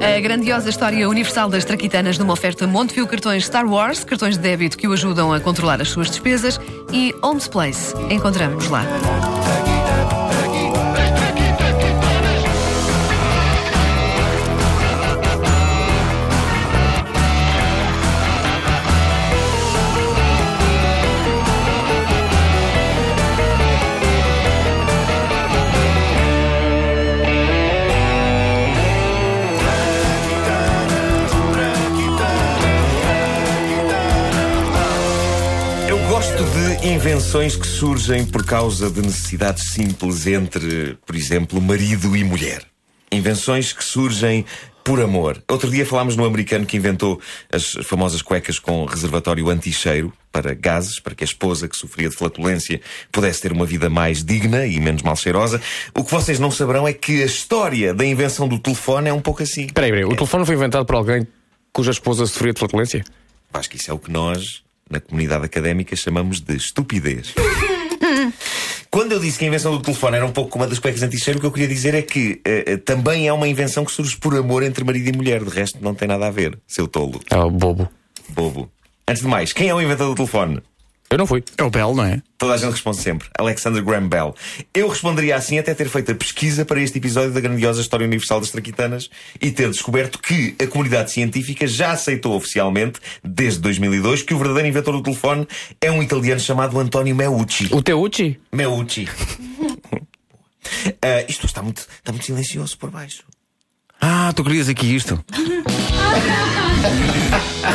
A grandiosa história universal das traquitanas numa oferta Montevideo Cartões Star Wars, cartões de débito que o ajudam a controlar as suas despesas e Homes Place. Encontramos-nos lá. Eu gosto de invenções que surgem por causa de necessidades simples entre, por exemplo, marido e mulher. Invenções que surgem por amor. Outro dia falámos no americano que inventou as famosas cuecas com reservatório anti-cheiro para gases, para que a esposa que sofria de flatulência pudesse ter uma vida mais digna e menos mal cheirosa. O que vocês não saberão é que a história da invenção do telefone é um pouco assim. Peraí, peraí, o telefone foi inventado por alguém cuja esposa sofria de flatulência? Acho que isso é o que nós, na comunidade académica, chamamos de estupidez. Quando eu disse que a invenção do telefone era um pouco como a das cuecas anti-cheiro, o que eu queria dizer é que eh, eh, também é uma invenção que surge por amor entre marido e mulher. De resto, não tem nada a ver, seu tolo, Ah, bobo. bobo. Antes de mais, quem é o inventor do telefone? Eu não fui. É o Belo, não é? Toda a gente responde sempre. Alexander Graham Bell. Eu responderia assim até ter feito a pesquisa para este episódio da grandiosa História Universal das Traquitanas e ter descoberto que a comunidade científica já aceitou oficialmente, desde 2002, que o verdadeiro inventor do telefone é um italiano chamado António Meucci. O Teuchi? Meucci. Ah, isto está muito, está muito silencioso por baixo. Ah, tu querias aqui isto.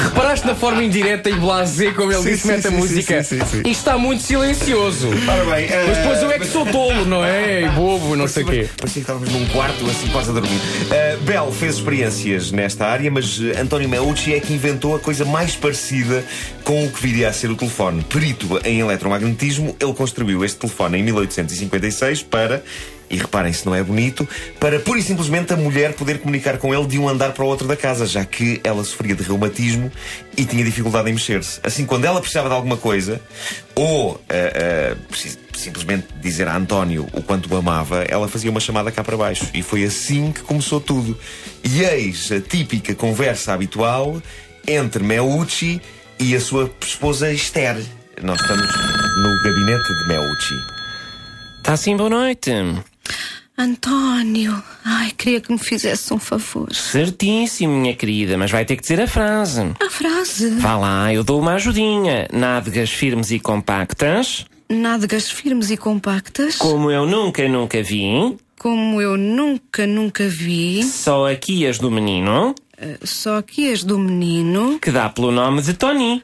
Reparaste na forma indireta e blasé como ele Sim, disse, sim, mete a sim, música. sim, sim, sim, Isto sim. está muito silencioso. Ora bem, ah, Mas depois eu é que sou tolo, não é? E bobo, não sei o quê. Parecia que estávamos num quarto assim quase a dormir. Uh, Bell fez experiências nesta área, mas uh, António Meucci é que inventou a coisa mais parecida com o que viria a ser o telefone. Perito em eletromagnetismo, ele construiu este telefone em 1856 para. E reparem se não é bonito, para pura e simplesmente a mulher poder comunicar com ele de um andar para o outro da casa, já que ela sofria de reumatismo e tinha dificuldade em mexer-se. Assim, quando ela precisava de alguma coisa, ou ah, ah, precis- simplesmente dizer a António o quanto o amava, ela fazia uma chamada cá para baixo. E foi assim que começou tudo. E eis a típica conversa habitual entre Meucci e a sua esposa Esther. Nós estamos no gabinete de Meucci. Está assim, boa noite. António, ai, queria que me fizesse um favor. Certíssimo, minha querida, mas vai ter que dizer a frase. A frase: Vá lá, eu dou uma ajudinha. Nádegas firmes e compactas, nádegas firmes e compactas, como eu nunca, nunca vi. como eu nunca, nunca vi, Só aqui as do menino, eh, só que as do menino que dá pelo nome de Tony.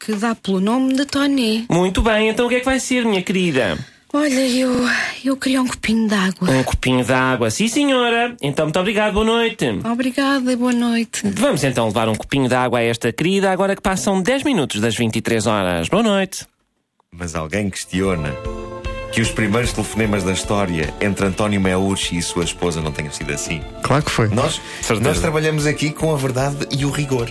que dá pelo nome de Tony. Muito bem, então o que é que vai ser, minha querida? Olha, eu, eu queria um copinho de água. Um copinho de água, sim senhora. Então muito obrigado, boa noite. Obrigada e boa noite. Vamos então levar um copinho de água a esta querida agora que passam 10 minutos das 23 horas. Boa noite. Mas alguém questiona que os primeiros telefonemas da história entre António Meucci e sua esposa não tenham sido assim. Claro que foi. Nós, Certeza. nós trabalhamos aqui com a verdade e o rigor.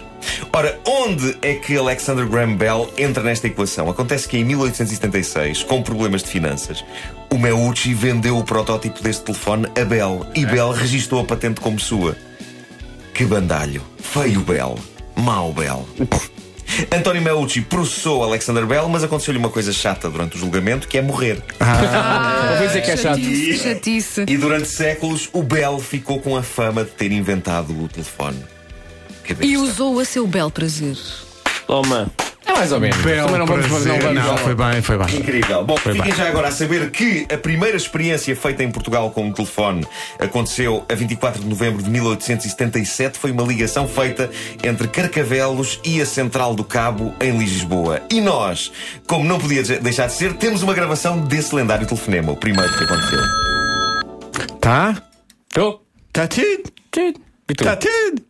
Ora, onde é que Alexander Graham Bell entra nesta equação? Acontece que em 1876, com problemas de finanças, o Meucci vendeu o protótipo deste telefone a Bell É. e Bell registrou a patente como sua. Que bandalho! Feio Bell! Mau Bell! António Meucci processou Alexander Bell, mas aconteceu-lhe uma coisa chata durante o julgamento, que é morrer. Vou dizer que é chato. Chatice, chatice. E durante séculos, o Bell ficou com a fama de ter inventado o telefone. Que E besta. usou a seu belo prazer. Toma. É mais ou menos. Também não vamos, prazer. não vamos. Não, foi bem, foi bem. é Incrível. Bom, fiquem bem. já agora a saber que a primeira experiência feita em Portugal com um telefone aconteceu a 24 de novembro de 1877. Foi uma ligação feita entre Carcavelos e a Central do Cabo, em Lisboa. E nós, como não podia de- deixar de ser, temos uma gravação desse lendário telefonema, o primeiro que aconteceu. Tá? Tô. Tá tido? Tido. E tu? Tá tido?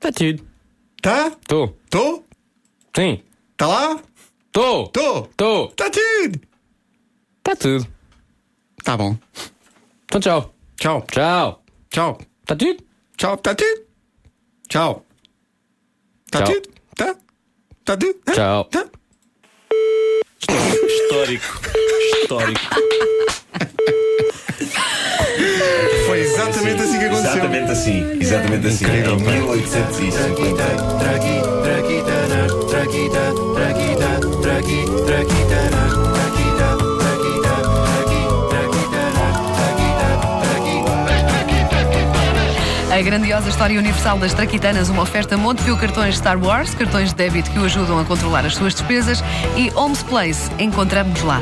Tá tido. Tá? Tô. Tô? Sim. Tá lá? Tô. Tô? Tô. Tá tido? Tá tudo. Tá bom. Então tchau. Tchau. Tchau. Tchau. Tá tudo? Tchau. Tá tido? Tchau. Tá Tchau. tido? Tá? Tá tido? Tchau. Tá? Histórico. Histórico. Foi exatamente exatamente assim que aconteceu. Exatamente assim. Exatamente assim. Incrível, em pá. 1850. A grandiosa história universal das Traquitanas, uma oferta Montevideo Cartões Star Wars, cartões de débito que o ajudam a controlar as suas despesas e Homes Place. Encontramos lá.